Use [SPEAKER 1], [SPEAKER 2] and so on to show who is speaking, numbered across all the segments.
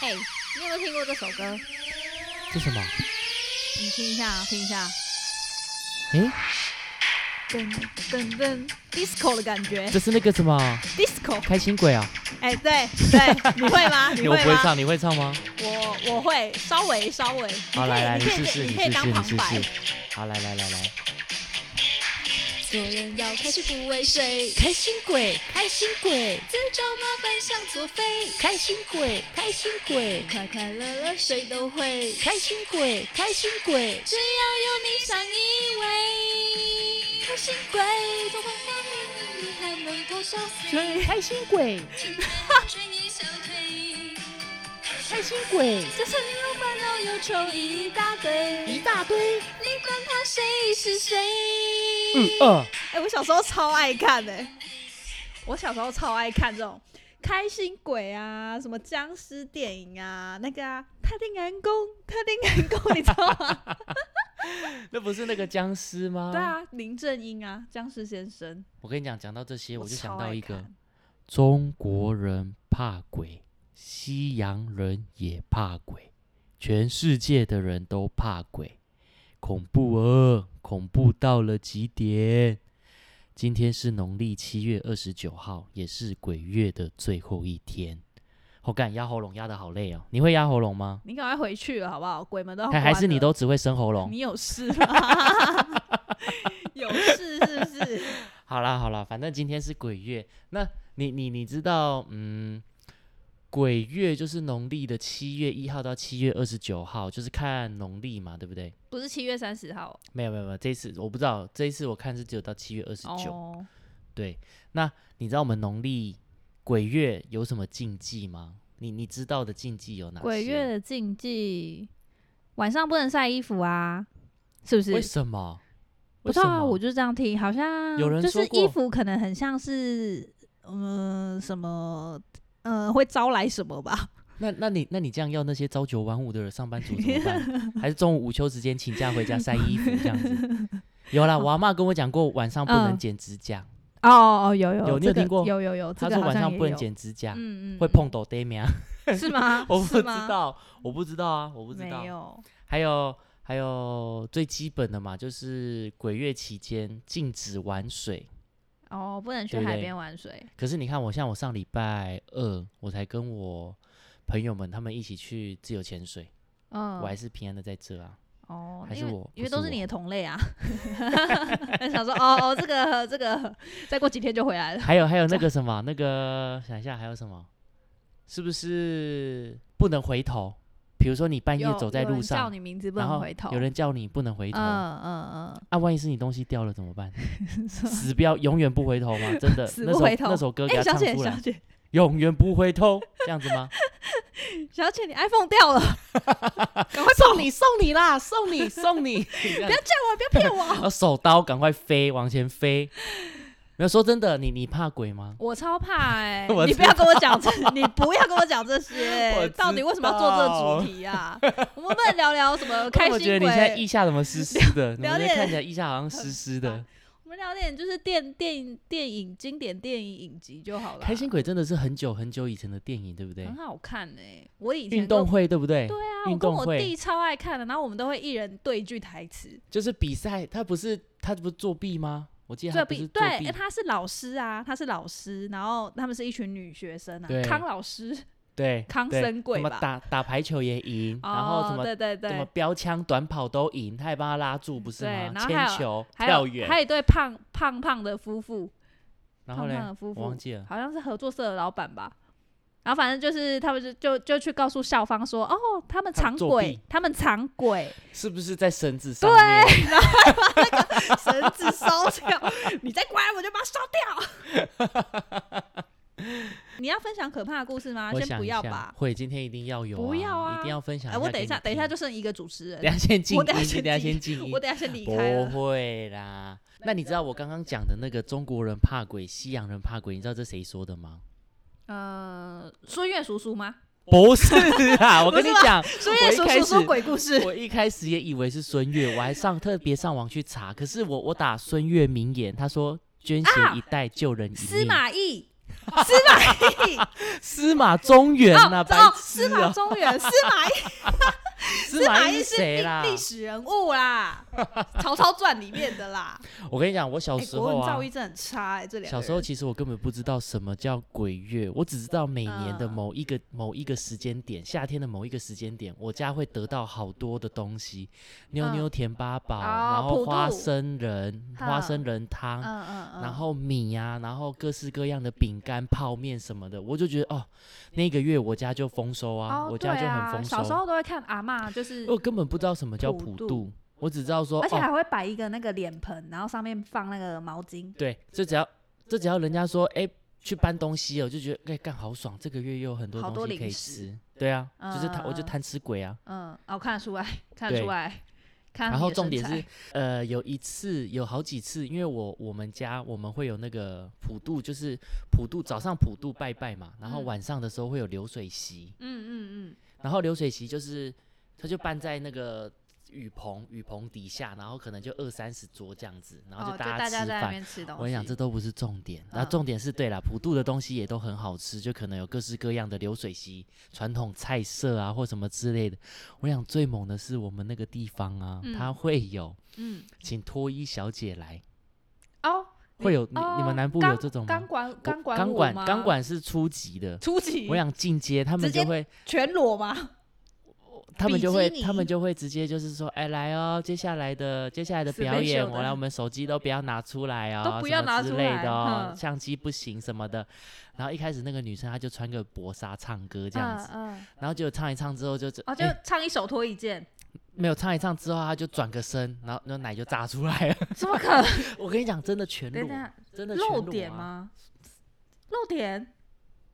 [SPEAKER 1] 嘿，哎你有没有听过这首歌？
[SPEAKER 2] 这什么？
[SPEAKER 1] 你听一下，听一下，
[SPEAKER 2] 诶，
[SPEAKER 1] 噔噔噔，disco 的感觉
[SPEAKER 2] 这是那个什么
[SPEAKER 1] ，disco。
[SPEAKER 2] 开心鬼啊？
[SPEAKER 1] 哎、对对， 你会 吗？你
[SPEAKER 2] 我
[SPEAKER 1] 会
[SPEAKER 2] 不会
[SPEAKER 1] 吗？
[SPEAKER 2] 唱，你会唱吗？
[SPEAKER 1] 我我会，稍微稍微。你
[SPEAKER 2] 好，
[SPEAKER 1] 可以
[SPEAKER 2] 来来，
[SPEAKER 1] 你
[SPEAKER 2] 你
[SPEAKER 1] 可以
[SPEAKER 2] 试试，
[SPEAKER 1] 你
[SPEAKER 2] 你
[SPEAKER 1] 可以
[SPEAKER 2] 试
[SPEAKER 1] 当
[SPEAKER 2] 试，你
[SPEAKER 1] 旁
[SPEAKER 2] 试
[SPEAKER 1] 白。
[SPEAKER 2] 试。好，来来来来，
[SPEAKER 3] 做人要开心不畏水，
[SPEAKER 4] 开心鬼，开心鬼，
[SPEAKER 3] 自找麻烦向左飞，
[SPEAKER 4] 开心鬼，开心鬼，
[SPEAKER 3] 快快乐乐谁都会，
[SPEAKER 4] 开心鬼，开心鬼，
[SPEAKER 3] 只要有你相依偎。开心鬼，多欢快乐，你还能够笑死，
[SPEAKER 4] 开心鬼，
[SPEAKER 3] 情人追你消退，
[SPEAKER 4] 开心鬼，
[SPEAKER 3] 就算你有烦恼忧愁一大堆，
[SPEAKER 4] 一大堆。
[SPEAKER 3] 你管他谁是谁。
[SPEAKER 2] 嗯
[SPEAKER 4] 嗯
[SPEAKER 2] 二
[SPEAKER 1] 哎、我小时候超爱看的、我小时候超爱看这种开心鬼啊，什么僵尸电影啊，那个啊，他的南宫，他的南宫，你知道吗？
[SPEAKER 2] 那不是那个僵尸吗？
[SPEAKER 1] 对。啊，林正英啊，僵尸先生，
[SPEAKER 2] 我跟你讲，讲到这些，我就想
[SPEAKER 1] 超
[SPEAKER 2] 到
[SPEAKER 1] 爱
[SPEAKER 2] 一个
[SPEAKER 1] 看，
[SPEAKER 2] 中国人怕鬼，西洋人也怕鬼，全世界的人都怕鬼，恐怖哦，恐怖到了极点。今天是农历七月二十九号，也是鬼月的最后一天。我干压喉咙压的好累哦，你会压喉咙吗？
[SPEAKER 1] 你赶快回去了好不好？鬼门都要
[SPEAKER 2] 还还
[SPEAKER 1] 关
[SPEAKER 2] 是你
[SPEAKER 1] 了
[SPEAKER 2] 都只会生喉咙
[SPEAKER 1] 你？有事吗？ 有事是不是？
[SPEAKER 2] 好啦好啦，反正今天是鬼月，那你你你知道，嗯，鬼月就是农历的七月一号到七月二十九号，就是看农历嘛，对不对？
[SPEAKER 1] 不是七月三十号
[SPEAKER 2] 没有没有没有，这一次我不知道，这一次我看是只有到七月二十九。
[SPEAKER 1] 哦，
[SPEAKER 2] 对，那你知道我们农历鬼月有什么禁忌吗？你你知道的禁忌有哪些？
[SPEAKER 1] 鬼月的禁忌，晚上不能晒衣服啊，是不是？
[SPEAKER 2] 为什么？
[SPEAKER 1] 不
[SPEAKER 2] 为
[SPEAKER 1] 知
[SPEAKER 2] 什
[SPEAKER 1] 道啊，
[SPEAKER 2] 么？
[SPEAKER 1] 我就这样听，好像
[SPEAKER 2] 有人
[SPEAKER 1] 就是
[SPEAKER 2] 说
[SPEAKER 1] 衣
[SPEAKER 2] 过
[SPEAKER 1] 服可能很像是，嗯、什么，呃，会招来什么吧？
[SPEAKER 2] 那那你那你这样要那些朝九晚五的上班族怎 么办？还是中午午休时间请假回家晒衣服这样子？有啦，我阿妈跟我讲过，晚上不能
[SPEAKER 1] 嗯
[SPEAKER 2] 剪指甲，
[SPEAKER 1] 哦 哦，有有
[SPEAKER 2] 有你
[SPEAKER 1] 这
[SPEAKER 2] 有
[SPEAKER 1] 个
[SPEAKER 2] 听过
[SPEAKER 1] 有有有，这
[SPEAKER 2] 她
[SPEAKER 1] 个
[SPEAKER 2] 说
[SPEAKER 1] 好
[SPEAKER 2] 晚
[SPEAKER 1] 像
[SPEAKER 2] 上
[SPEAKER 1] 也
[SPEAKER 2] 不能
[SPEAKER 1] 有，
[SPEAKER 2] 剪指甲，
[SPEAKER 1] 嗯嗯，
[SPEAKER 2] 会
[SPEAKER 1] 嗯
[SPEAKER 2] 碰到爹娘。
[SPEAKER 1] 是吗
[SPEAKER 2] ？我不
[SPEAKER 1] 是
[SPEAKER 2] 知
[SPEAKER 1] 吗，
[SPEAKER 2] 道，我不知道啊，我不知
[SPEAKER 1] 没
[SPEAKER 2] 道。
[SPEAKER 1] 有，
[SPEAKER 2] 还有还有最基本的嘛，就是鬼月期间禁止玩水。
[SPEAKER 1] 哦，不能去
[SPEAKER 2] 对不
[SPEAKER 1] 海
[SPEAKER 2] 对
[SPEAKER 1] 边玩水，
[SPEAKER 2] 可是你看我，像我上礼拜二，我才跟我朋友们他们一起去自由潜水，
[SPEAKER 1] 嗯，
[SPEAKER 2] 我还是平安的在这啊。
[SPEAKER 1] 哦，
[SPEAKER 2] 还
[SPEAKER 1] 因
[SPEAKER 2] 是
[SPEAKER 1] 为
[SPEAKER 2] 我
[SPEAKER 1] 因为
[SPEAKER 2] 不是
[SPEAKER 1] 都是
[SPEAKER 2] 我
[SPEAKER 1] 你的同类啊。 想说哦哦，这个这个，再过几天就回来了。
[SPEAKER 2] 还有还有那个什么， 那个想一下还有什么，是不是不能回头？比如说你半夜
[SPEAKER 1] 有
[SPEAKER 2] 走在
[SPEAKER 1] 有
[SPEAKER 2] 路
[SPEAKER 1] 人叫
[SPEAKER 2] 上，
[SPEAKER 1] 你名字不
[SPEAKER 2] 然
[SPEAKER 1] 能
[SPEAKER 2] 后
[SPEAKER 1] 回头，
[SPEAKER 2] 有人叫你不能回头，
[SPEAKER 1] 嗯嗯
[SPEAKER 2] 啊，万一是你东西掉了怎 么办？死不要永远不回头嘛，真的，
[SPEAKER 1] 死
[SPEAKER 2] 那
[SPEAKER 1] 不
[SPEAKER 2] 首
[SPEAKER 1] 回头
[SPEAKER 2] 那首歌
[SPEAKER 1] 嗯。
[SPEAKER 2] 给
[SPEAKER 1] 哎，
[SPEAKER 2] 他
[SPEAKER 1] 小
[SPEAKER 2] 唱
[SPEAKER 1] 姐
[SPEAKER 2] 出
[SPEAKER 1] 小
[SPEAKER 2] 来，
[SPEAKER 1] 姐
[SPEAKER 2] 永远不回头，这样子吗？
[SPEAKER 1] 小姐，你 iPhone 掉了， 赶快送你，
[SPEAKER 2] 送你啦，送你送 你，这样
[SPEAKER 1] 不要叫我，不要骗我。啊
[SPEAKER 2] 要手刀赶快飞往前飞。没有说真的，你你怕鬼吗？
[SPEAKER 1] 我超怕哎、
[SPEAKER 2] 我
[SPEAKER 1] 你
[SPEAKER 2] 知
[SPEAKER 1] 不要跟我讲这，你不要跟我讲这些、
[SPEAKER 2] 我知
[SPEAKER 1] 到底为什么要做这个主题啊？我们不能聊聊什么开
[SPEAKER 2] 我怎
[SPEAKER 1] 心鬼？
[SPEAKER 2] 么觉得你现在腋下怎么湿湿的？怎
[SPEAKER 1] 聊
[SPEAKER 2] 么
[SPEAKER 1] 点
[SPEAKER 2] 在看起来腋下好像湿湿的？
[SPEAKER 1] 我们聊点就是电电影电影经典电影影集就好了。
[SPEAKER 2] 开心鬼真的是很久很久以前的电影，对不对
[SPEAKER 1] 很？好看哎、我以前
[SPEAKER 2] 运动
[SPEAKER 1] 就
[SPEAKER 2] 会对不对？
[SPEAKER 1] 对啊，
[SPEAKER 2] 运
[SPEAKER 1] 我跟
[SPEAKER 2] 动
[SPEAKER 1] 我
[SPEAKER 2] 会
[SPEAKER 1] 弟超爱看的，然后我们都会一人对一句台词。
[SPEAKER 2] 就是比赛，他不是他不是作弊吗？我记得
[SPEAKER 1] 作
[SPEAKER 2] 他不
[SPEAKER 1] 弊
[SPEAKER 2] 是
[SPEAKER 1] 对
[SPEAKER 2] 作，
[SPEAKER 1] 诶
[SPEAKER 2] 弊，
[SPEAKER 1] 他是老师啊，他是老师，然后他们是一群女学生啊
[SPEAKER 2] 对，
[SPEAKER 1] 康老师，
[SPEAKER 2] 对
[SPEAKER 1] 康
[SPEAKER 2] 对
[SPEAKER 1] 生贵
[SPEAKER 2] 什么
[SPEAKER 1] 吧
[SPEAKER 2] 打打排球也赢，然后
[SPEAKER 1] 哦
[SPEAKER 2] 什，么
[SPEAKER 1] 对对
[SPEAKER 2] 什么
[SPEAKER 1] 对，
[SPEAKER 2] 标枪、短跑都赢，他也帮他拉住，不是
[SPEAKER 1] 对
[SPEAKER 2] 吗？
[SPEAKER 1] 然后还有
[SPEAKER 2] 铅球、
[SPEAKER 1] 还
[SPEAKER 2] 跳
[SPEAKER 1] 有
[SPEAKER 2] 远
[SPEAKER 1] 还，有一对胖胖胖的夫妇，
[SPEAKER 2] 然后
[SPEAKER 1] 胖胖
[SPEAKER 2] 呢
[SPEAKER 1] 的？夫妇
[SPEAKER 2] 我忘记了。
[SPEAKER 1] 好像是合作社的老板吧。然后反正就是他们就就就去告诉校方说，哦，他们
[SPEAKER 2] 他们
[SPEAKER 1] 藏
[SPEAKER 2] 作
[SPEAKER 1] 鬼
[SPEAKER 2] 弊，
[SPEAKER 1] 他们藏 鬼，
[SPEAKER 2] 是不是在绳子上面？
[SPEAKER 1] 绳子烧掉，你再乖我就把它烧掉。 你要分享可怕的故事吗？
[SPEAKER 2] 我
[SPEAKER 1] 先
[SPEAKER 2] 想
[SPEAKER 1] 不
[SPEAKER 2] 一
[SPEAKER 1] 要
[SPEAKER 2] 下
[SPEAKER 1] 吧。
[SPEAKER 2] 会今天一定要有，
[SPEAKER 1] 不要啊
[SPEAKER 2] 一定要分享
[SPEAKER 1] 哎，我等一下，等一下
[SPEAKER 2] 就
[SPEAKER 1] 就剩一个主持人
[SPEAKER 2] 等一，下先静
[SPEAKER 1] 我等一下
[SPEAKER 2] 音，
[SPEAKER 1] 先
[SPEAKER 2] 等一下
[SPEAKER 1] 静
[SPEAKER 2] 先静音
[SPEAKER 1] 我。等一下先离开了。
[SPEAKER 2] 不会啦。那你知道我刚刚讲的那个中国人怕鬼，西洋人怕鬼，你知道这谁说的吗？
[SPEAKER 1] 呃，孙悦叔叔吗？
[SPEAKER 2] 不是啊，我跟
[SPEAKER 1] 不
[SPEAKER 2] 你
[SPEAKER 1] 是吗
[SPEAKER 2] 讲，
[SPEAKER 1] 孙悦叔
[SPEAKER 2] 我一开
[SPEAKER 1] 叔
[SPEAKER 2] 始
[SPEAKER 1] 说鬼故 事，
[SPEAKER 2] 我一开始也以为是孙悦，我还上特别上网去查，可是我我打孙悦名言，他说捐血
[SPEAKER 1] 啊
[SPEAKER 2] 一代救人一
[SPEAKER 1] 司
[SPEAKER 2] 命，
[SPEAKER 1] 马懿。 司马 懿，
[SPEAKER 2] 司马中原呐、
[SPEAKER 1] 哦
[SPEAKER 2] 白
[SPEAKER 1] 哦，司
[SPEAKER 2] 痴
[SPEAKER 1] 马
[SPEAKER 2] 啊！
[SPEAKER 1] 中 原，司马懿，
[SPEAKER 2] 司马懿
[SPEAKER 1] 懿
[SPEAKER 2] 是谁啦
[SPEAKER 1] 历？历史人物 啦，《曹操传》里面的啦。
[SPEAKER 2] 我跟你讲，我小
[SPEAKER 1] 哎
[SPEAKER 2] 时
[SPEAKER 1] 国
[SPEAKER 2] 候
[SPEAKER 1] 文
[SPEAKER 2] 啊
[SPEAKER 1] 造，诣真的很差哎，这两
[SPEAKER 2] 小时候其实我根本不知道什么叫鬼月，我只知道每年的
[SPEAKER 1] 嗯
[SPEAKER 2] 某一个、某一个时间点，夏天的某一个时间点，我家会得到好多的东西，妞
[SPEAKER 1] 嗯
[SPEAKER 2] 妞甜八宝，
[SPEAKER 1] 哦
[SPEAKER 2] 然后
[SPEAKER 1] 普
[SPEAKER 2] 花
[SPEAKER 1] 渡
[SPEAKER 2] 生仁、花生仁汤，
[SPEAKER 1] 嗯嗯嗯，
[SPEAKER 2] 然后米呀、然后各式各样的饼干、泡面什么的，我就觉得哦，那个月我家就丰收啊，
[SPEAKER 1] 嗯哦
[SPEAKER 2] 我家
[SPEAKER 1] 对
[SPEAKER 2] 就
[SPEAKER 1] 啊
[SPEAKER 2] 很丰收。
[SPEAKER 1] 小时候都会看阿嬷，就是
[SPEAKER 2] 我根本不知道什么叫普
[SPEAKER 1] 普
[SPEAKER 2] 渡，
[SPEAKER 1] 渡
[SPEAKER 2] 我只知道说
[SPEAKER 1] 而且
[SPEAKER 2] 哦，
[SPEAKER 1] 还会摆一个那个脸盆，然后上面放那个毛巾。
[SPEAKER 2] 对，这只要这只要人家说哎、去搬东西哦，就觉得哎干好爽，这个月又有很多
[SPEAKER 1] 好多
[SPEAKER 2] 东西可以
[SPEAKER 1] 零食
[SPEAKER 2] 吃。对啊，就是贪、我就
[SPEAKER 1] 嗯
[SPEAKER 2] 贪吃鬼啊。
[SPEAKER 1] 嗯，哦，看得出来，看得
[SPEAKER 2] 对
[SPEAKER 1] 出来。看
[SPEAKER 2] 然
[SPEAKER 1] 你
[SPEAKER 2] 后
[SPEAKER 1] 的
[SPEAKER 2] 重
[SPEAKER 1] 身
[SPEAKER 2] 点
[SPEAKER 1] 材
[SPEAKER 2] 是，呃，有一次有好几次，因为我我们家我们会有那个普渡，就是普渡早上普渡拜拜嘛，然后
[SPEAKER 1] 嗯
[SPEAKER 2] 晚上的时候会有流水席，
[SPEAKER 1] 嗯嗯
[SPEAKER 2] 然后流水席就是，他就办在那个雨棚雨棚底下，然后可能就二三十桌这样子，然
[SPEAKER 1] 嗯，哦，
[SPEAKER 2] 后
[SPEAKER 1] 就
[SPEAKER 2] 大家吃
[SPEAKER 1] 在那
[SPEAKER 2] 饭。
[SPEAKER 1] 边吃东西。
[SPEAKER 2] 我跟你讲，这都不是重点，那、
[SPEAKER 1] 嗯
[SPEAKER 2] 重点是对啦，普渡的东西也都很好吃，就可能有各式各样的流水席、传统菜色啊，或什么之类的。我想最猛的是我们那个地方啊，
[SPEAKER 1] 嗯
[SPEAKER 2] 它会有
[SPEAKER 1] 嗯
[SPEAKER 2] 请脱衣小姐来，
[SPEAKER 1] 哦，
[SPEAKER 2] 会有你
[SPEAKER 1] 哦
[SPEAKER 2] 你们南部有这种吗
[SPEAKER 1] 钢？管
[SPEAKER 2] 我
[SPEAKER 1] 钢管
[SPEAKER 2] 钢
[SPEAKER 1] 舞
[SPEAKER 2] 管
[SPEAKER 1] 吗
[SPEAKER 2] 钢管是初级的，
[SPEAKER 1] 初级，
[SPEAKER 2] 我想进阶，他们
[SPEAKER 1] 直接
[SPEAKER 2] 就会
[SPEAKER 1] 全裸吗？
[SPEAKER 2] 他们
[SPEAKER 1] 比
[SPEAKER 2] 就会
[SPEAKER 1] 基，
[SPEAKER 2] 他们
[SPEAKER 1] 尼
[SPEAKER 2] 就会直接就是说，哎，来哦，接下来的接下来的表
[SPEAKER 1] Special
[SPEAKER 2] 演，我
[SPEAKER 1] 的
[SPEAKER 2] 来，我们手机都不要拿出来哦，
[SPEAKER 1] 都不要
[SPEAKER 2] 什么
[SPEAKER 1] 拿
[SPEAKER 2] 之
[SPEAKER 1] 出
[SPEAKER 2] 类
[SPEAKER 1] 来
[SPEAKER 2] 的哦，
[SPEAKER 1] 哼
[SPEAKER 2] 相机不行什么的。然后一开始那个女生她就穿个薄纱唱歌这样子，哎
[SPEAKER 1] 嗯嗯，
[SPEAKER 2] 然后就唱一唱之后就这，
[SPEAKER 1] 哦，就
[SPEAKER 2] 哎
[SPEAKER 1] 唱一首脱一件，
[SPEAKER 2] 没有唱一唱之后，她就转个身，然后那奶就炸出来了。
[SPEAKER 1] 怎么可能？
[SPEAKER 2] 我跟你讲，真的全
[SPEAKER 1] 等
[SPEAKER 2] 裸
[SPEAKER 1] 一，下，
[SPEAKER 2] 真的全
[SPEAKER 1] 露
[SPEAKER 2] 裸
[SPEAKER 1] 点
[SPEAKER 2] 啊？
[SPEAKER 1] 吗？露点，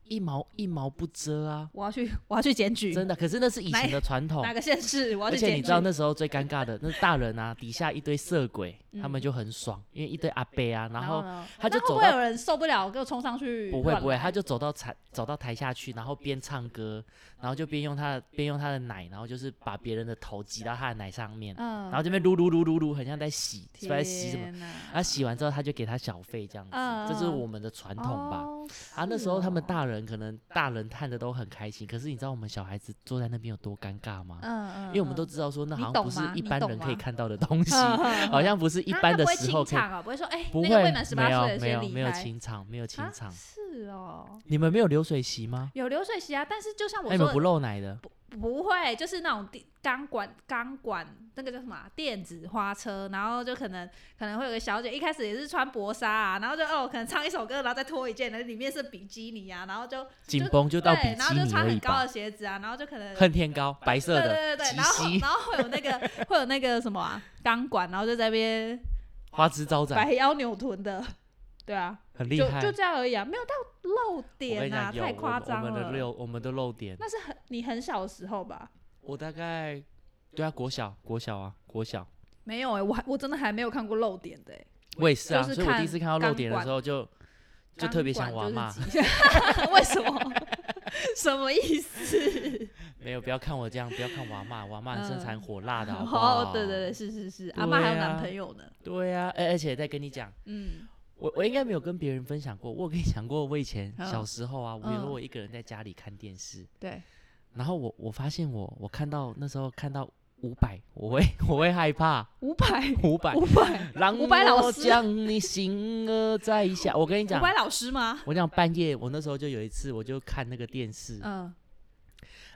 [SPEAKER 2] 一毛一毛不遮 啊，
[SPEAKER 1] 我要去，我要去检举，
[SPEAKER 2] 真的。可是那是以
[SPEAKER 1] 哪
[SPEAKER 2] 前的传统
[SPEAKER 1] 哪，个县市？我要
[SPEAKER 2] 而
[SPEAKER 1] 去
[SPEAKER 2] 且
[SPEAKER 1] 检
[SPEAKER 2] 你
[SPEAKER 1] 举
[SPEAKER 2] 知。道那时候最尴尬的，那大人啊，底下一堆色鬼，他们
[SPEAKER 1] 嗯
[SPEAKER 2] 就很爽，因为一堆阿伯啊，然后
[SPEAKER 1] 呢
[SPEAKER 2] 他就
[SPEAKER 1] 那会
[SPEAKER 2] 走
[SPEAKER 1] 不会
[SPEAKER 2] 到
[SPEAKER 1] 有人受不了，给我冲上去？
[SPEAKER 2] 不会不会，他就走到台走到台下去，然后边唱歌，然后就边用他的边用他的奶，然后就是把别人的头挤到他的奶上面，
[SPEAKER 1] 嗯，
[SPEAKER 2] 然后这边撸撸撸撸撸，很像在洗，不知道在洗什么。
[SPEAKER 1] 天哪？
[SPEAKER 2] 啊，洗完之后他就给他小费这样子，
[SPEAKER 1] 嗯
[SPEAKER 2] 这是
[SPEAKER 1] 嗯
[SPEAKER 2] 我们的传统吧。
[SPEAKER 1] 哦
[SPEAKER 2] 啊，那
[SPEAKER 1] 是
[SPEAKER 2] 时候他们
[SPEAKER 1] 哦
[SPEAKER 2] 大人可能大人看的都很开心，可是你知道我们小孩子坐在那边有多尴尬吗？
[SPEAKER 1] 嗯嗯，
[SPEAKER 2] 因为我们
[SPEAKER 1] 嗯
[SPEAKER 2] 都知道说那
[SPEAKER 1] 你
[SPEAKER 2] 好像不
[SPEAKER 1] 懂
[SPEAKER 2] 是
[SPEAKER 1] 吗
[SPEAKER 2] 一
[SPEAKER 1] 你
[SPEAKER 2] 般
[SPEAKER 1] 懂
[SPEAKER 2] 人可以
[SPEAKER 1] 吗
[SPEAKER 2] 看到的东西，
[SPEAKER 1] 嗯
[SPEAKER 2] 好像不是一
[SPEAKER 1] 啊
[SPEAKER 2] 般
[SPEAKER 1] 他
[SPEAKER 2] 的
[SPEAKER 1] 不会
[SPEAKER 2] 时
[SPEAKER 1] 清
[SPEAKER 2] 候可以。
[SPEAKER 1] 场哦，不会说哎，
[SPEAKER 2] 不
[SPEAKER 1] 那
[SPEAKER 2] 会，
[SPEAKER 1] 个未满十八
[SPEAKER 2] 没有
[SPEAKER 1] 岁的
[SPEAKER 2] 没
[SPEAKER 1] 先
[SPEAKER 2] 有
[SPEAKER 1] 离
[SPEAKER 2] 没有
[SPEAKER 1] 开
[SPEAKER 2] 清场，没有清
[SPEAKER 1] 啊
[SPEAKER 2] 场。
[SPEAKER 1] 是哦，
[SPEAKER 2] 你们没有流水席吗？
[SPEAKER 1] 有流水席啊，但是就像
[SPEAKER 2] 哎
[SPEAKER 1] 我
[SPEAKER 2] 你们不
[SPEAKER 1] 说，
[SPEAKER 2] 露奶的？
[SPEAKER 1] 不会，就是那种地钢管钢管那个叫什么啊电子花车，然后就可能可能会有个小姐一开始也是穿薄纱啊，然后就哦可能唱一首歌，然后再脱一件，然后里面是比基尼啊，然后就
[SPEAKER 2] 紧绷就到比
[SPEAKER 1] 对，然后
[SPEAKER 2] 基
[SPEAKER 1] 就
[SPEAKER 2] 尼
[SPEAKER 1] 穿
[SPEAKER 2] 而已
[SPEAKER 1] 很高
[SPEAKER 2] 吧
[SPEAKER 1] 的。鞋子啊，然后就可能
[SPEAKER 2] 恨天高，白色的，
[SPEAKER 1] 对对对对，
[SPEAKER 2] 及
[SPEAKER 1] 然后
[SPEAKER 2] 膝
[SPEAKER 1] 然后会有那个 会有那个什么啊钢管，然后就在那边
[SPEAKER 2] 花枝招展，
[SPEAKER 1] 摆腰扭臀的，对啊，
[SPEAKER 2] 很厉
[SPEAKER 1] 就
[SPEAKER 2] 害。
[SPEAKER 1] 就这样而已啊，没有到露
[SPEAKER 2] 我跟
[SPEAKER 1] 点
[SPEAKER 2] 你
[SPEAKER 1] 啊，
[SPEAKER 2] 讲，有
[SPEAKER 1] 太夸张
[SPEAKER 2] 我们我们的
[SPEAKER 1] 了。
[SPEAKER 2] 露，我们的露点。
[SPEAKER 1] 那是很你很小的时候吧？
[SPEAKER 2] 我大概对啊，国小国小啊，国小
[SPEAKER 1] 没有哎、我还我真的还没有看过露点的、欸，
[SPEAKER 2] 我也是啊，
[SPEAKER 1] 就是
[SPEAKER 2] 所以我第一
[SPEAKER 1] 看
[SPEAKER 2] 次看到露
[SPEAKER 1] 钢
[SPEAKER 2] 点的
[SPEAKER 1] 管
[SPEAKER 2] 时候就就特别想玩嘛
[SPEAKER 1] 钢。管就是急 为什么？什么意思？
[SPEAKER 2] 没有，不要看我这样，不要看娃妈，娃妈身材
[SPEAKER 1] 嗯
[SPEAKER 2] 火辣的，好不好？
[SPEAKER 1] 哦，对对对，是是是，
[SPEAKER 2] 对
[SPEAKER 1] 阿妈还有
[SPEAKER 2] 啊
[SPEAKER 1] 男朋友呢。
[SPEAKER 2] 对呀、啊，而而且再跟你讲，
[SPEAKER 1] 嗯，
[SPEAKER 2] 我我应该没有跟别人分享过，我有跟你讲过，我以前
[SPEAKER 1] 嗯
[SPEAKER 2] 小时候啊，我有时候
[SPEAKER 1] 嗯
[SPEAKER 2] 我一个人在家里看电视，
[SPEAKER 1] 对，
[SPEAKER 2] 然后我我发现我我看到那时候看到五百，我会我会害怕
[SPEAKER 1] 五百
[SPEAKER 2] 五百，
[SPEAKER 1] 五百
[SPEAKER 2] 让
[SPEAKER 1] 伍佰老
[SPEAKER 2] 我
[SPEAKER 1] 师
[SPEAKER 2] 将你心儿在下，我跟你
[SPEAKER 1] 五
[SPEAKER 2] 讲，
[SPEAKER 1] 百老师吗？
[SPEAKER 2] 我讲半夜，我那时候就有一次，我就看那个电视，
[SPEAKER 1] 嗯，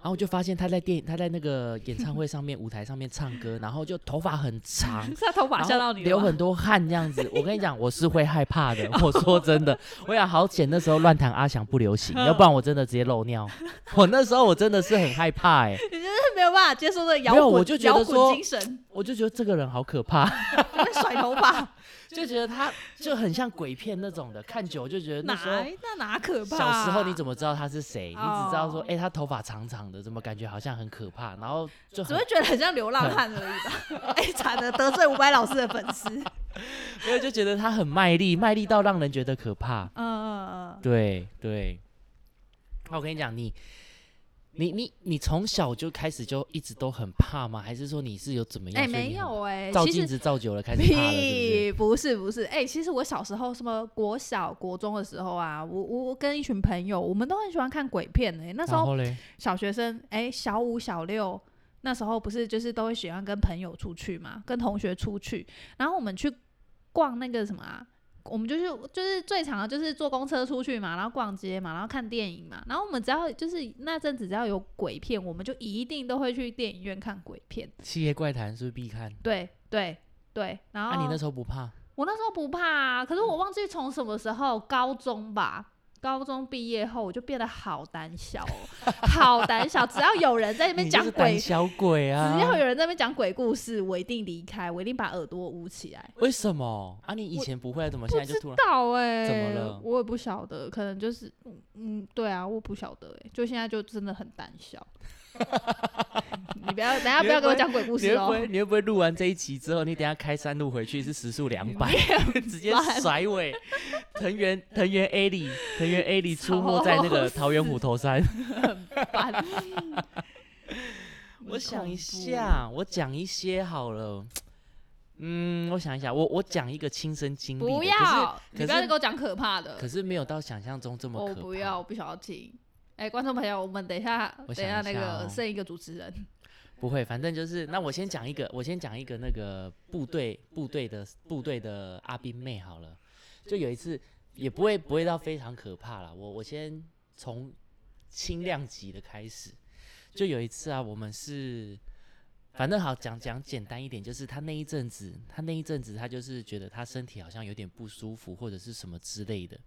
[SPEAKER 2] 然后我就发现他在电他在那个演唱会上面舞台上面唱歌，然后就头发很长，
[SPEAKER 1] 是他头发
[SPEAKER 2] 然
[SPEAKER 1] 吓
[SPEAKER 2] 后
[SPEAKER 1] 到你
[SPEAKER 2] 流
[SPEAKER 1] 了吗？
[SPEAKER 2] 很多汗这样子。我跟你讲，我是会害怕的。 我说真的，我想好险那时候乱弹阿翔不 流行，要不然我真的直接漏尿。我那时候我真的是很害怕哎、
[SPEAKER 1] 你真的是没有办法接受这个摇
[SPEAKER 2] 没有
[SPEAKER 1] 滚
[SPEAKER 2] 我就觉得
[SPEAKER 1] 摇
[SPEAKER 2] 说
[SPEAKER 1] 滚精神，
[SPEAKER 2] 我就觉得这个人好可 怕，
[SPEAKER 1] 在那甩头发，
[SPEAKER 2] 就觉得他就很像鬼片那种的，看久了就觉得 那
[SPEAKER 1] 哪
[SPEAKER 2] 时候。
[SPEAKER 1] 那哪可怕？啊
[SPEAKER 2] 小时候你怎
[SPEAKER 1] 么
[SPEAKER 2] 么知道他是谁？你只知道说，
[SPEAKER 1] 哦
[SPEAKER 2] 哎、他头发长长的，怎么感觉好像很可怕？然后就
[SPEAKER 1] 只
[SPEAKER 2] 很
[SPEAKER 1] 会觉得很像流浪汉而已 吧？哎，惨了，得罪伍佰老师的粉丝。嗯
[SPEAKER 2] 没有就觉得他很卖力，卖力到让人觉得可怕。
[SPEAKER 1] 嗯嗯嗯，
[SPEAKER 2] 对对，那我跟你讲，你你你你从小就开始就一直都很怕吗？还是说你是有怎么样？
[SPEAKER 1] 哎、
[SPEAKER 2] 所以
[SPEAKER 1] 没
[SPEAKER 2] 你很
[SPEAKER 1] 有哎、
[SPEAKER 2] 照
[SPEAKER 1] 其
[SPEAKER 2] 镜
[SPEAKER 1] 实
[SPEAKER 2] 子照久了开始怕了，是不是？
[SPEAKER 1] 屁，不是不是，哎、其实我小时候什么国小、国中的时候啊，我我我跟一群朋友，我们都很喜欢看鬼片哎、那时
[SPEAKER 2] 然
[SPEAKER 1] 候
[SPEAKER 2] 后嘞，
[SPEAKER 1] 小学生，哎、小五、小六那时候不是就是都会喜欢跟朋友出去嘛，跟同学出去，然后我们去逛那个什么啊，我们就是就是最常的就是坐公车出去嘛，然后逛街嘛，然后看电影嘛，然后我们只要就是那阵子只要有鬼片，我们就一定都会去电影院看鬼片，
[SPEAKER 2] 《七夜怪谈》是不是必看？
[SPEAKER 1] 对对对，然后、
[SPEAKER 2] 啊，你那时候不怕？
[SPEAKER 1] 我那时候不怕、啊，可是
[SPEAKER 2] 嗯
[SPEAKER 1] 我忘记从什么时候，高中吧，高中毕业后我就变得好胆小、哦，好胆小。只要有人在那边
[SPEAKER 2] 你就
[SPEAKER 1] 讲
[SPEAKER 2] 是
[SPEAKER 1] 鬼，
[SPEAKER 2] 胆小鬼啊！
[SPEAKER 1] 只要有人在那边讲鬼故事，我一定离开，我一定把耳朵捂起来。
[SPEAKER 2] 为什么啊？你以
[SPEAKER 1] 我
[SPEAKER 2] 前不会，怎么
[SPEAKER 1] 不
[SPEAKER 2] 现在就
[SPEAKER 1] 知
[SPEAKER 2] 突然？
[SPEAKER 1] 道哎、
[SPEAKER 2] 怎么了
[SPEAKER 1] 我也不晓得，可能就是嗯嗯，对啊，我不晓得哎、就现在就真的很胆 小。你不要，等一下不要给我讲鬼故
[SPEAKER 2] 你
[SPEAKER 1] 事
[SPEAKER 2] 会不
[SPEAKER 1] 哦。
[SPEAKER 2] 会？你会不会录完这一期之后，你等一下开山路回去是时速两百， 直接甩尾？藤原藤原 A 里，藤原 A 里出没在那个
[SPEAKER 1] 吵死
[SPEAKER 2] 桃源虎头山。
[SPEAKER 1] 烦
[SPEAKER 2] 我想一
[SPEAKER 1] 很恐欸
[SPEAKER 2] 下，我讲一些好了。嗯，我想一下，我我讲一个亲身经历
[SPEAKER 1] 怖，
[SPEAKER 2] 的，
[SPEAKER 1] 不
[SPEAKER 2] 可
[SPEAKER 1] 要，
[SPEAKER 2] 可
[SPEAKER 1] 你不要
[SPEAKER 2] 是
[SPEAKER 1] 再给我讲可怕的。
[SPEAKER 2] 是可是没有到想象中这么可
[SPEAKER 1] 我
[SPEAKER 2] 怕。
[SPEAKER 1] 不要，我不想要听。哎、观众朋友，我们等一下，
[SPEAKER 2] 我
[SPEAKER 1] 等一下
[SPEAKER 2] 想
[SPEAKER 1] 那
[SPEAKER 2] 一下
[SPEAKER 1] 个
[SPEAKER 2] 哦
[SPEAKER 1] 剩一个主持人，
[SPEAKER 2] 不会，反正就是那我先讲一个，我先讲一个那个部队部队的部队的阿兵妹好了。就有一次，也不会不会到非常可怕啦，我我先从轻量级的开始。就有一次啊，我们是反正好讲讲简单一点，就是他那一阵子，他那一阵子他就是觉得他身体好像有点不舒服或者是什么之类的。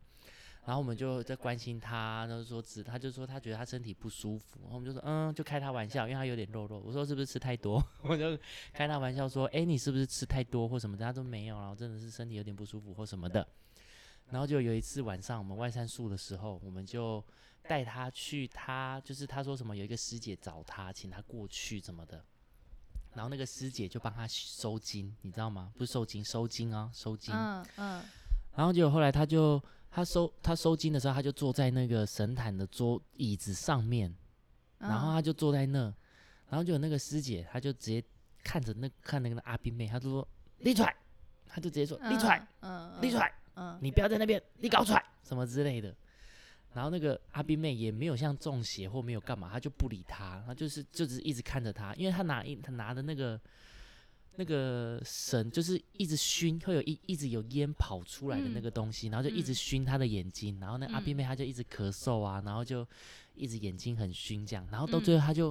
[SPEAKER 2] 然后我们就在关心他，然后说只，他就说他觉得他身体不舒服，然后我们就说嗯，就开他玩笑，因为他有点肉肉。我说是不是吃太多？ 我就开他玩笑说，哎，你是不是吃太多或什么的？他说没有啦，我真的是身体有点不舒服或什么的。然后就有一次晚上我们外散宿的时候，我们就带他去他，就是他说什么有一个师姐找他，请他过去什么的。然后那个师姐就帮他收金，你知道吗？不是收金，收金啊，收金。
[SPEAKER 1] 嗯嗯，
[SPEAKER 2] 然后结果后来他就他收他收金的时候，他就坐在那个神坛的桌椅子上面，然后
[SPEAKER 1] 嗯
[SPEAKER 2] 他就坐在那，然后就有那个师姐，她就直接看着那看那个阿兵妹，她就说立出来，她就直接说立出来，，
[SPEAKER 1] 嗯
[SPEAKER 2] 立出来，，
[SPEAKER 1] 嗯，
[SPEAKER 2] 你不要在那边，你搞出来什么之类的。然后那个阿兵妹也没有像中邪或没有干嘛，她就不理他，她就是就只是一直看着他，因为她拿一她拿的那个那个绳就是一直熏，会有一一直有烟跑出来的那
[SPEAKER 1] 嗯
[SPEAKER 2] 个东西，然后就一直
[SPEAKER 1] 嗯
[SPEAKER 2] 熏她的眼睛，然后那阿兵妹她就一直咳嗽啊，然后就一直眼睛很熏这样，然后
[SPEAKER 1] 嗯
[SPEAKER 2] 到最后她就、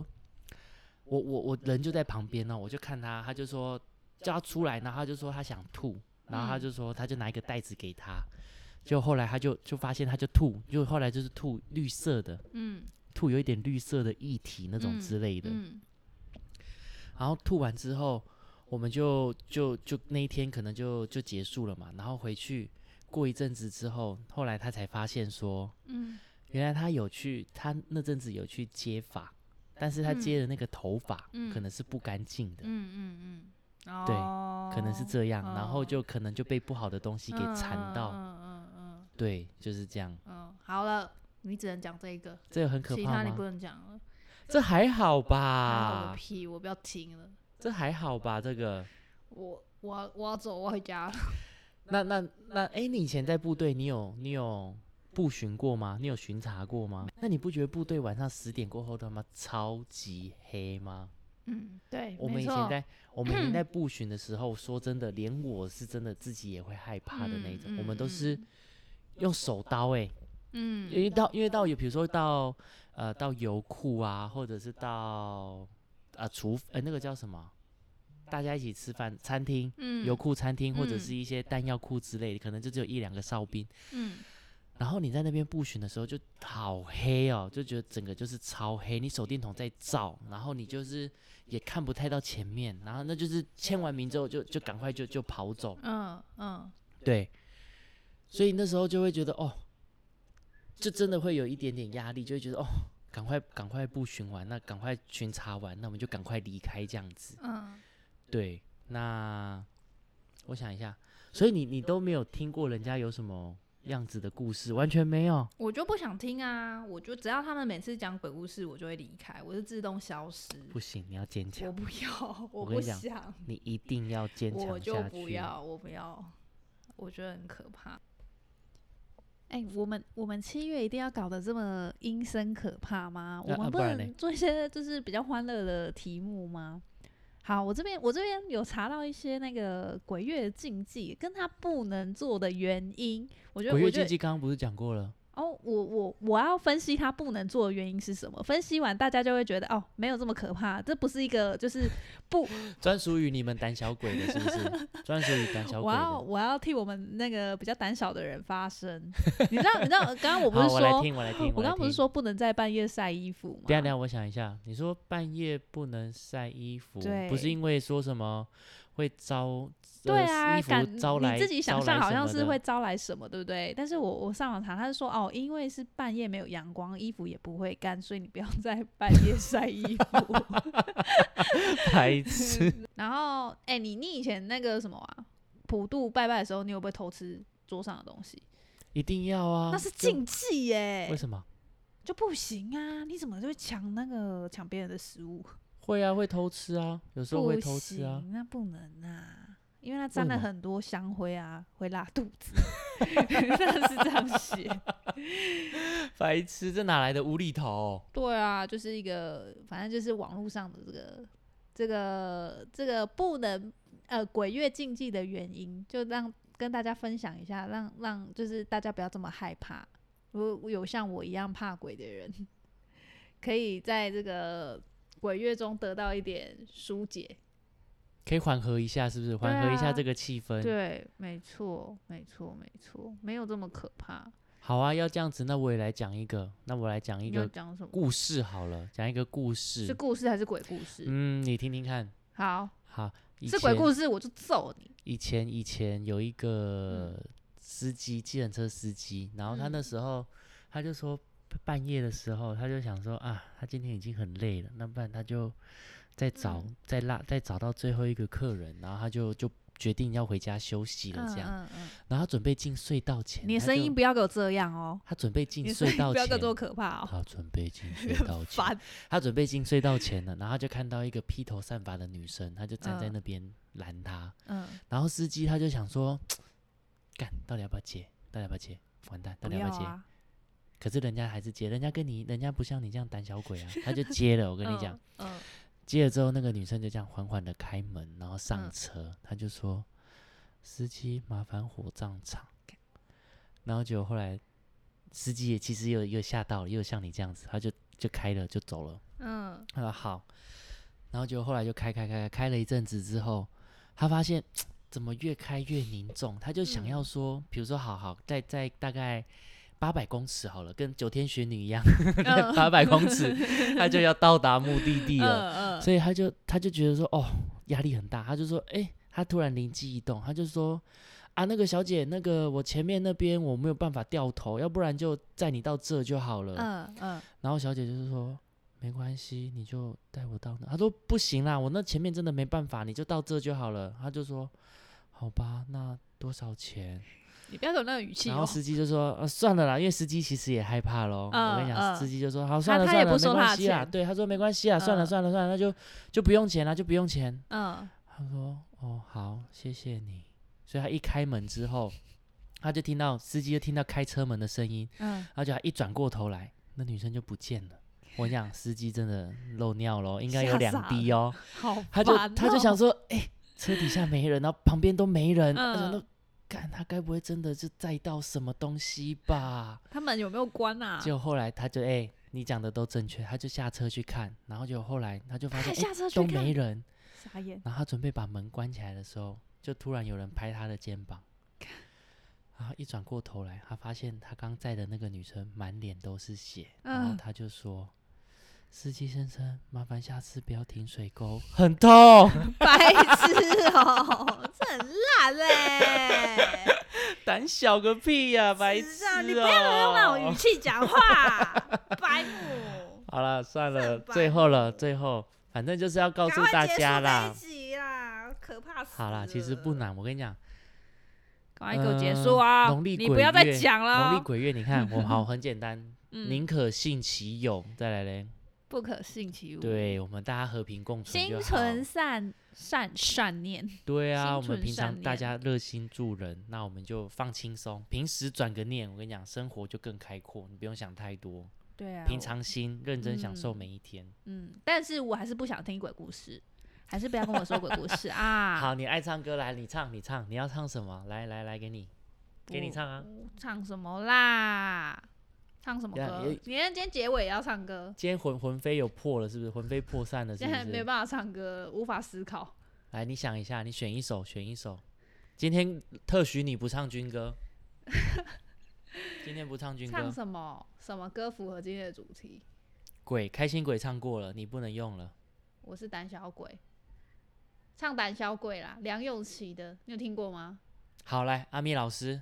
[SPEAKER 2] 我我我人就在旁边哦呢，我就看她，她就说叫她出来，然后她就说她想吐，然后她
[SPEAKER 1] 嗯
[SPEAKER 2] 就说她就拿一个袋子给她。就后来他就就发现他就吐，就后来就是吐绿色的，
[SPEAKER 1] 嗯
[SPEAKER 2] 吐有一点绿色的液体那种
[SPEAKER 1] 嗯
[SPEAKER 2] 之类的。
[SPEAKER 1] 嗯
[SPEAKER 2] 然后吐完之后，我们就就就那一天可能就就结束了嘛。然后回去过一阵子之后，后来他才发现说，
[SPEAKER 1] 嗯，
[SPEAKER 2] 原来他有去他那阵子有去接发，但是他接的那个头发、可能是不干净的，
[SPEAKER 1] 嗯嗯嗯，
[SPEAKER 2] 对
[SPEAKER 1] 哦
[SPEAKER 2] 可能是这样，然后
[SPEAKER 1] 哦
[SPEAKER 2] 就可能就被不好的东西给缠到。
[SPEAKER 1] 嗯嗯嗯
[SPEAKER 2] 对，就是这样。
[SPEAKER 1] 嗯嗯，好了，你只能讲这一个，
[SPEAKER 2] 这个很可
[SPEAKER 1] 其
[SPEAKER 2] 怕
[SPEAKER 1] 他你不
[SPEAKER 2] 吗？啊
[SPEAKER 1] 能讲了，
[SPEAKER 2] 这还好
[SPEAKER 1] 还有
[SPEAKER 2] 吧
[SPEAKER 1] 个？屁，我不要听了，
[SPEAKER 2] 这还好吧？这个，
[SPEAKER 1] 我我要我要走，我要回家了。
[SPEAKER 2] 嗯那那那，哎、你以前在部队，你有你有布巡过吗？你有巡查过吗？那你不觉得部队晚上十点过后他妈超级黑吗？
[SPEAKER 1] 嗯，对，
[SPEAKER 2] 我们
[SPEAKER 1] 没
[SPEAKER 2] 以
[SPEAKER 1] 错
[SPEAKER 2] 前在我们以 前在布巡的时候，说真的，连我是真的自己也会害怕的那种。
[SPEAKER 1] 嗯
[SPEAKER 2] 我们
[SPEAKER 1] 嗯
[SPEAKER 2] 都是用手刀、欸，
[SPEAKER 1] 嗯，
[SPEAKER 2] 因为到因为到有比如说到呃到油库啊，或者是到啊厨呃那个叫什么，大家一起吃饭餐厅，
[SPEAKER 1] 嗯
[SPEAKER 2] 油库餐厅或者
[SPEAKER 1] 嗯
[SPEAKER 2] 是一些弹药库之类的，可能就只有一两个哨兵。
[SPEAKER 1] 嗯
[SPEAKER 2] 然后你在那边布巡的时候就好黑哦，就觉得整个就是超黑，你手电筒在照，然后你就是也看不太到前面，然后那就是签完名之后就就赶快就就跑走，
[SPEAKER 1] 嗯嗯
[SPEAKER 2] 对，所以那时候就会觉得哦，就真的会有一点点压力，就会觉得哦，赶快赶快布巡完，那赶快巡查完，那我们就赶快离开这样子。
[SPEAKER 1] 嗯。
[SPEAKER 2] 对，那我想一下，所以你你都没有听过人家有什么样子的故事，完全没有。
[SPEAKER 1] 我就不想听啊！我就只要他们每次讲鬼故事，我就会离开，我就自动消失。
[SPEAKER 2] 不行，你要坚
[SPEAKER 1] 我
[SPEAKER 2] 强，
[SPEAKER 1] 不要，我
[SPEAKER 2] 跟
[SPEAKER 1] 不
[SPEAKER 2] 你讲
[SPEAKER 1] 想，
[SPEAKER 2] 你一定要坚强
[SPEAKER 1] 我就
[SPEAKER 2] 下
[SPEAKER 1] 不
[SPEAKER 2] 去。
[SPEAKER 1] 要，我不要，我觉得很可怕。哎、我们我们七月一定要搞得这么阴森可怕吗？
[SPEAKER 2] 那
[SPEAKER 1] 我
[SPEAKER 2] 啊
[SPEAKER 1] 们
[SPEAKER 2] 不然嘞
[SPEAKER 1] 能做一些就是比较欢乐的题目吗？好，我这边我这边有查到一些那个鬼月的禁忌，跟他不能做的原因。我觉得
[SPEAKER 2] 鬼
[SPEAKER 1] 我
[SPEAKER 2] 月
[SPEAKER 1] 觉
[SPEAKER 2] 禁
[SPEAKER 1] 得
[SPEAKER 2] 忌刚刚不是讲过了？
[SPEAKER 1] 哦，我我我要分析他不能做的原因是什么。分析完大家就会觉得哦，没有这么可怕，这不是一个就是不
[SPEAKER 2] 专属于你们胆小鬼的，是不是？专属于胆小鬼
[SPEAKER 1] 我要
[SPEAKER 2] 的。
[SPEAKER 1] 我要替我们那个比较胆小的人发声。你知道你知道，刚刚我不
[SPEAKER 2] 好
[SPEAKER 1] 是
[SPEAKER 2] 我来
[SPEAKER 1] 说，
[SPEAKER 2] 听，我来听，
[SPEAKER 1] 我
[SPEAKER 2] 来
[SPEAKER 1] 刚刚不是
[SPEAKER 2] 听
[SPEAKER 1] 说不能在半夜晒衣服吗？
[SPEAKER 2] 等一下等一下，我想一下，你说半夜不能晒衣服，不是
[SPEAKER 1] 对
[SPEAKER 2] 因为说什么会招
[SPEAKER 1] 对
[SPEAKER 2] 呃、
[SPEAKER 1] 啊，
[SPEAKER 2] 衣服
[SPEAKER 1] 感
[SPEAKER 2] 招来
[SPEAKER 1] 你自己想象好像是，
[SPEAKER 2] 招来什么
[SPEAKER 1] 会
[SPEAKER 2] 的
[SPEAKER 1] 招来什么，对不对？但是我我上网查，他是说哦，因为是半夜没有阳光，衣服也不会干，所以你不要在半夜晒衣服。
[SPEAKER 2] 白痴
[SPEAKER 1] 然后，哎、你你以前那个什么啊，普渡拜拜的时候，你有不会偷吃桌上的东西？
[SPEAKER 2] 一定要啊，
[SPEAKER 1] 那是
[SPEAKER 2] 就
[SPEAKER 1] 禁忌耶、
[SPEAKER 2] 为什么？
[SPEAKER 1] 就不行啊！你怎么就会抢那个抢别人的食物？
[SPEAKER 2] 会啊，会偷吃啊，有时候
[SPEAKER 1] 不行，
[SPEAKER 2] 会偷吃啊。
[SPEAKER 1] 那不能啊，因为它沾
[SPEAKER 2] 为
[SPEAKER 1] 了
[SPEAKER 2] 什么
[SPEAKER 1] 很多香灰啊，会拉肚子。 那是这样写。
[SPEAKER 2] 白痴，这哪来的无厘头？
[SPEAKER 1] 对啊，就是一个，反正就是网络上的这个、这个、这个不能呃鬼月禁忌的原因，就让跟大家分享一下，让让就是大家不要这么害怕。如果有像我一样怕鬼的人， 可以在这个鬼月中得到一点疏解。
[SPEAKER 2] 可以缓和一下，是不是？缓和一下
[SPEAKER 1] 啊
[SPEAKER 2] 这个气氛。
[SPEAKER 1] 对，没错，没错，没错，没有这么可怕。
[SPEAKER 2] 好啊，要这样子，那我也来讲一个，那我来讲一
[SPEAKER 1] 你要
[SPEAKER 2] 个
[SPEAKER 1] 讲什么？
[SPEAKER 2] 故事好了，讲一个故
[SPEAKER 1] 是
[SPEAKER 2] 事。
[SPEAKER 1] 故事还是鬼故事？
[SPEAKER 2] 嗯，你听听看。
[SPEAKER 1] 好，
[SPEAKER 2] 好，以
[SPEAKER 1] 是鬼
[SPEAKER 2] 前
[SPEAKER 1] 故事我就揍你。
[SPEAKER 2] 以前以前有一个司机，计程车司机，然后他那
[SPEAKER 1] 嗯
[SPEAKER 2] 时候、他就说半夜的时候，他就想说啊，他今天已经很累了，那不然他就再找、
[SPEAKER 1] 嗯
[SPEAKER 2] 再拉再找到最后一个客人，然后他就就决定要回家休息了
[SPEAKER 1] 嗯
[SPEAKER 2] 这样。
[SPEAKER 1] 嗯嗯，
[SPEAKER 2] 然后他准备进隧道前，
[SPEAKER 1] 你的
[SPEAKER 2] 他
[SPEAKER 1] 声
[SPEAKER 2] 就
[SPEAKER 1] 音不要给我这样哦，
[SPEAKER 2] 他准备
[SPEAKER 1] 你
[SPEAKER 2] 进
[SPEAKER 1] 的声音
[SPEAKER 2] 隧道
[SPEAKER 1] 不要
[SPEAKER 2] 前，
[SPEAKER 1] 给我这么可怕哦，
[SPEAKER 2] 他准 备进隧道前，
[SPEAKER 1] 烦。
[SPEAKER 2] 他准备进隧道前了，然后他就看到一个披头散发的女生，他就站在
[SPEAKER 1] 嗯
[SPEAKER 2] 那边拦他。
[SPEAKER 1] 嗯，
[SPEAKER 2] 然后司机他就想说，干到底要不要接？到底要不要接？完蛋，到
[SPEAKER 1] 不
[SPEAKER 2] 底
[SPEAKER 1] 要
[SPEAKER 2] 要不要接？
[SPEAKER 1] 啊！
[SPEAKER 2] 可是人家还是接，人家跟你，人家不像你这样胆小鬼 啊，他就接了。我
[SPEAKER 1] 我
[SPEAKER 2] 跟你讲，，
[SPEAKER 1] 嗯，
[SPEAKER 2] 接了之后，那个女生就这样缓缓的开门，然后上
[SPEAKER 1] 嗯
[SPEAKER 2] 车，他就说，司机麻烦火葬场。然后结果后来，司机也其实也有也有吓到了，也有像你这样子，他就就开了就走了。
[SPEAKER 1] 嗯，
[SPEAKER 2] 他说好，然后就后来就开开开开开了一阵子之后，他发现怎么越开越凝重，他就想
[SPEAKER 1] 嗯
[SPEAKER 2] 要说，比如说好好在在大概八百公尺好了，跟九天玄女一样，
[SPEAKER 1] 嗯
[SPEAKER 2] 八百公尺他就要到达目的地了，
[SPEAKER 1] 嗯嗯
[SPEAKER 2] 所以他就他就觉得说哦压力很大，他就说哎、他突然灵机一动，他就说。啊，那个小姐，那个我前面那边我没有办法掉头，要不然就载你到这就好了。
[SPEAKER 1] 嗯嗯，
[SPEAKER 2] 然后小姐就是说，没关系，你就带我到那。她说不行啦，我那前面真的没办法，你就到这就好了。她就说，好吧，那多少钱？
[SPEAKER 1] 你不要有那种语气
[SPEAKER 2] 然
[SPEAKER 1] 哦
[SPEAKER 2] 后。司机就说，呃，算了啦，因为司机其实也害怕咯。我跟你讲，
[SPEAKER 1] 嗯
[SPEAKER 2] 司
[SPEAKER 1] 嗯
[SPEAKER 2] 机就说，好，算了
[SPEAKER 1] 他也
[SPEAKER 2] 算
[SPEAKER 1] 不
[SPEAKER 2] 了，没
[SPEAKER 1] 收他
[SPEAKER 2] 关
[SPEAKER 1] 的
[SPEAKER 2] 系啦。
[SPEAKER 1] 钱
[SPEAKER 2] 对，他说没关系啊，算了
[SPEAKER 1] 嗯
[SPEAKER 2] 算了算了，那就就不用钱啦，就不用钱。
[SPEAKER 1] 嗯
[SPEAKER 2] 他说，哦，好，谢谢你。所以他一开门之后，他就听到司机就听到开车门的声音，
[SPEAKER 1] 嗯，
[SPEAKER 2] 而且还一转过头来，那女生就不见了。我跟你讲，司机真的漏尿咯，应该有
[SPEAKER 1] 吓
[SPEAKER 2] 两
[SPEAKER 1] 傻
[SPEAKER 2] 滴哦。
[SPEAKER 1] 好烦哦，
[SPEAKER 2] 他就他就想说，哎、车底下没人，然后旁边都没人，他
[SPEAKER 1] 嗯
[SPEAKER 2] 想说，干他该不会真的是载到什么东西吧？
[SPEAKER 1] 他们有没有关啊？
[SPEAKER 2] 就后来他就哎、你讲的都正确，他就下车去看，然后就后来他就发
[SPEAKER 1] 他
[SPEAKER 2] 现
[SPEAKER 1] 还
[SPEAKER 2] 哎、
[SPEAKER 1] 下车去
[SPEAKER 2] 都没
[SPEAKER 1] 看，
[SPEAKER 2] 人，
[SPEAKER 1] 傻眼。
[SPEAKER 2] 然后他准备把门关起来的时候，就突然有人拍他的肩膀，然后一转过头来，他发现他刚载的那个女生满脸都是血，然后
[SPEAKER 1] 嗯
[SPEAKER 2] 他就说：“司机先生，麻烦下次不要停水沟，很痛。
[SPEAKER 1] 白痴哦，这很烂嘞、欸！”
[SPEAKER 2] 胆小个屁呀、 白
[SPEAKER 1] 智
[SPEAKER 2] 痴
[SPEAKER 1] 障
[SPEAKER 2] 哦！
[SPEAKER 1] 你不要用那种语气讲话，白目。
[SPEAKER 2] 好了，算了，
[SPEAKER 1] 很白
[SPEAKER 2] 最后了，
[SPEAKER 1] 目
[SPEAKER 2] 最后，反正就是 要告
[SPEAKER 1] 赶
[SPEAKER 2] 诉
[SPEAKER 1] 快
[SPEAKER 2] 大
[SPEAKER 1] 结束这
[SPEAKER 2] 家
[SPEAKER 1] 一
[SPEAKER 2] 啦。
[SPEAKER 1] 集啦，可怕死了。
[SPEAKER 2] 好啦，其实不难，我跟你讲，
[SPEAKER 1] 赶快给我结束啊！
[SPEAKER 2] 呃农历
[SPEAKER 1] 你
[SPEAKER 2] 鬼
[SPEAKER 1] 不要再
[SPEAKER 2] 月
[SPEAKER 1] 讲了
[SPEAKER 2] 农历
[SPEAKER 1] 哦，
[SPEAKER 2] 鬼月，你 看我好很简单，
[SPEAKER 1] 嗯
[SPEAKER 2] 宁可信其有，再来嘞，
[SPEAKER 1] 不可信其无，，
[SPEAKER 2] 对我们大家和平共存就
[SPEAKER 1] 心
[SPEAKER 2] 好。
[SPEAKER 1] 存善善善念，
[SPEAKER 2] 对啊，
[SPEAKER 1] 心
[SPEAKER 2] 我们
[SPEAKER 1] 存
[SPEAKER 2] 平
[SPEAKER 1] 善
[SPEAKER 2] 常大
[SPEAKER 1] 念
[SPEAKER 2] 家热心助人，那我们就放轻松，平时转个念，我跟你讲，生活就更开阔，你不用想太多，
[SPEAKER 1] 对啊，
[SPEAKER 2] 平
[SPEAKER 1] 我
[SPEAKER 2] 常心，认真享受
[SPEAKER 1] 嗯
[SPEAKER 2] 每一天。
[SPEAKER 1] 嗯，但是我还是不想听鬼故事，还是不要跟我说鬼故 事啊！
[SPEAKER 2] 好，你爱唱歌，来，你唱，你唱，你要唱什么？来来来，给你，给你
[SPEAKER 1] 不
[SPEAKER 2] 唱啊！
[SPEAKER 1] 唱什么啦？唱什么
[SPEAKER 2] 呀
[SPEAKER 1] 歌
[SPEAKER 2] 啊也？
[SPEAKER 1] 你看今天结尾也要唱歌，
[SPEAKER 2] 今天魂魂飞有破了，是不是？魂飞魄散了，是
[SPEAKER 1] 现
[SPEAKER 2] 不
[SPEAKER 1] 在 没有
[SPEAKER 2] 是？
[SPEAKER 1] 办法唱歌了，无法思考。
[SPEAKER 2] 来，你想一下，你选一首，选一首。今天特许你不唱军 歌，今天不唱军
[SPEAKER 1] 唱
[SPEAKER 2] 歌。
[SPEAKER 1] 什么？什么歌符合今天的主题？
[SPEAKER 2] 鬼开心鬼唱过了，你不能用了。
[SPEAKER 1] 我是胆小鬼，唱胆小鬼啦，梁咏琪的，你有听过吗？
[SPEAKER 2] 好，来，阿咪老师，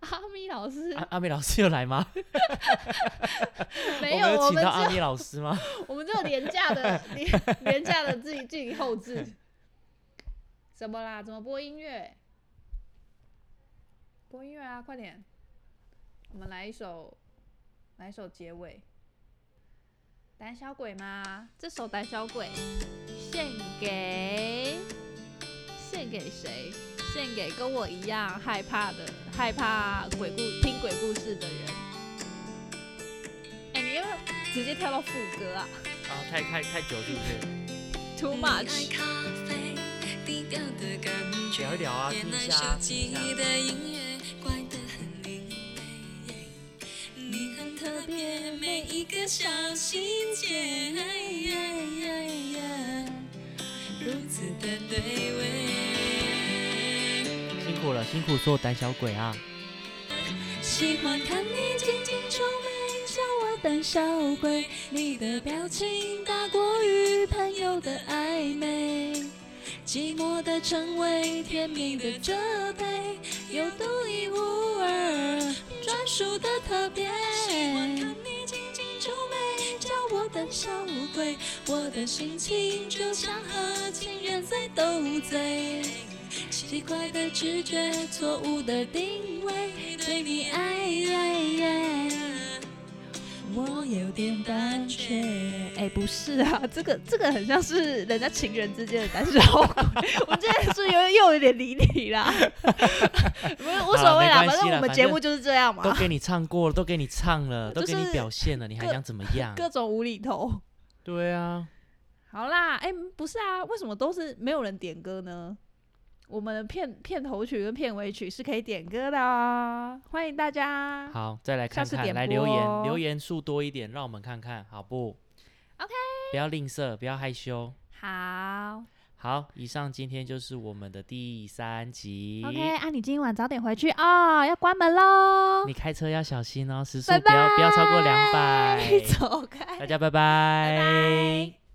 [SPEAKER 1] 阿咪老师、
[SPEAKER 2] 阿阿咪老师有来吗？
[SPEAKER 1] 没
[SPEAKER 2] 啊我们
[SPEAKER 1] 有，我
[SPEAKER 2] 请
[SPEAKER 1] 们
[SPEAKER 2] 到阿
[SPEAKER 1] 就
[SPEAKER 2] 咪老师吗？
[SPEAKER 1] 我们就廉价的廉廉价的自己自己后置。怎么啦？怎么播音乐？播音乐啊，快点！我们来一首，来一首结尾。胆小鬼吗？这首《胆小鬼》献给献给谁？献给跟我一样害怕的、害怕鬼故听鬼故事的人。哎、你要不要直接跳到副歌啊？
[SPEAKER 2] 啊，太太太久是不是？
[SPEAKER 1] Too
[SPEAKER 3] 爱
[SPEAKER 1] much。
[SPEAKER 3] 咖啡，低调的感觉。
[SPEAKER 2] 聊一聊啊，
[SPEAKER 3] 原
[SPEAKER 2] 听
[SPEAKER 3] 来
[SPEAKER 2] 一
[SPEAKER 3] 手
[SPEAKER 2] 下啊，听
[SPEAKER 3] 机
[SPEAKER 2] 一下。
[SPEAKER 3] 的音乐怪得很另类，你很特别，每一个小细节，哎如此的对味。
[SPEAKER 2] 辛苦了，辛苦所有胆小鬼啊！
[SPEAKER 3] 喜欢看你紧紧皱眉，叫我胆小鬼。你的表情大过于朋友的暧昧，寂寞的称谓，甜蜜的责备，有独一无二，专属的特别。喜欢看你紧紧皱眉，叫我胆小鬼。我的心情就像和情人在斗嘴。奇怪的直觉，错误的定位，对你爱，我有点胆怯。
[SPEAKER 1] 哎、不是啊，这个这个很像是人家情人之间的胆小鬼。我们今天是有又有点离题 啦，不是无所谓啦，
[SPEAKER 2] 好啦没关
[SPEAKER 1] 反
[SPEAKER 2] 系啦
[SPEAKER 1] 正我们
[SPEAKER 2] 反正
[SPEAKER 1] 节目就是这样
[SPEAKER 2] 都
[SPEAKER 1] 嘛，
[SPEAKER 2] 给你唱过了，都给你唱了，都
[SPEAKER 1] 就
[SPEAKER 2] 给你
[SPEAKER 1] 是
[SPEAKER 2] 表现了，你还
[SPEAKER 1] 各
[SPEAKER 2] 想怎么样？
[SPEAKER 1] 各种无厘头。
[SPEAKER 2] 对啊，
[SPEAKER 1] 好啦，哎、不是啊，为什么都是没有人点歌呢？我们的片片头曲跟片尾曲是可以点歌的啊，欢迎大家。
[SPEAKER 2] 好，再来
[SPEAKER 1] 下
[SPEAKER 2] 看
[SPEAKER 1] 次
[SPEAKER 2] 看，
[SPEAKER 1] 点
[SPEAKER 2] 来
[SPEAKER 1] 播
[SPEAKER 2] 留言，
[SPEAKER 1] 哦
[SPEAKER 2] 留言数多一点，让我们看看好不
[SPEAKER 1] OK
[SPEAKER 2] 不要吝啬，不要害羞。
[SPEAKER 1] 好
[SPEAKER 2] 好，以上今天就是我们的第三集。
[SPEAKER 1] ，OK，啊，你今晚早点回去哦，要关门喽。
[SPEAKER 2] 你开车要小心哦，时速
[SPEAKER 1] 拜
[SPEAKER 2] 不要不要超过两
[SPEAKER 1] 拜
[SPEAKER 2] 百。
[SPEAKER 1] 走开。
[SPEAKER 2] 大家拜拜。
[SPEAKER 1] 拜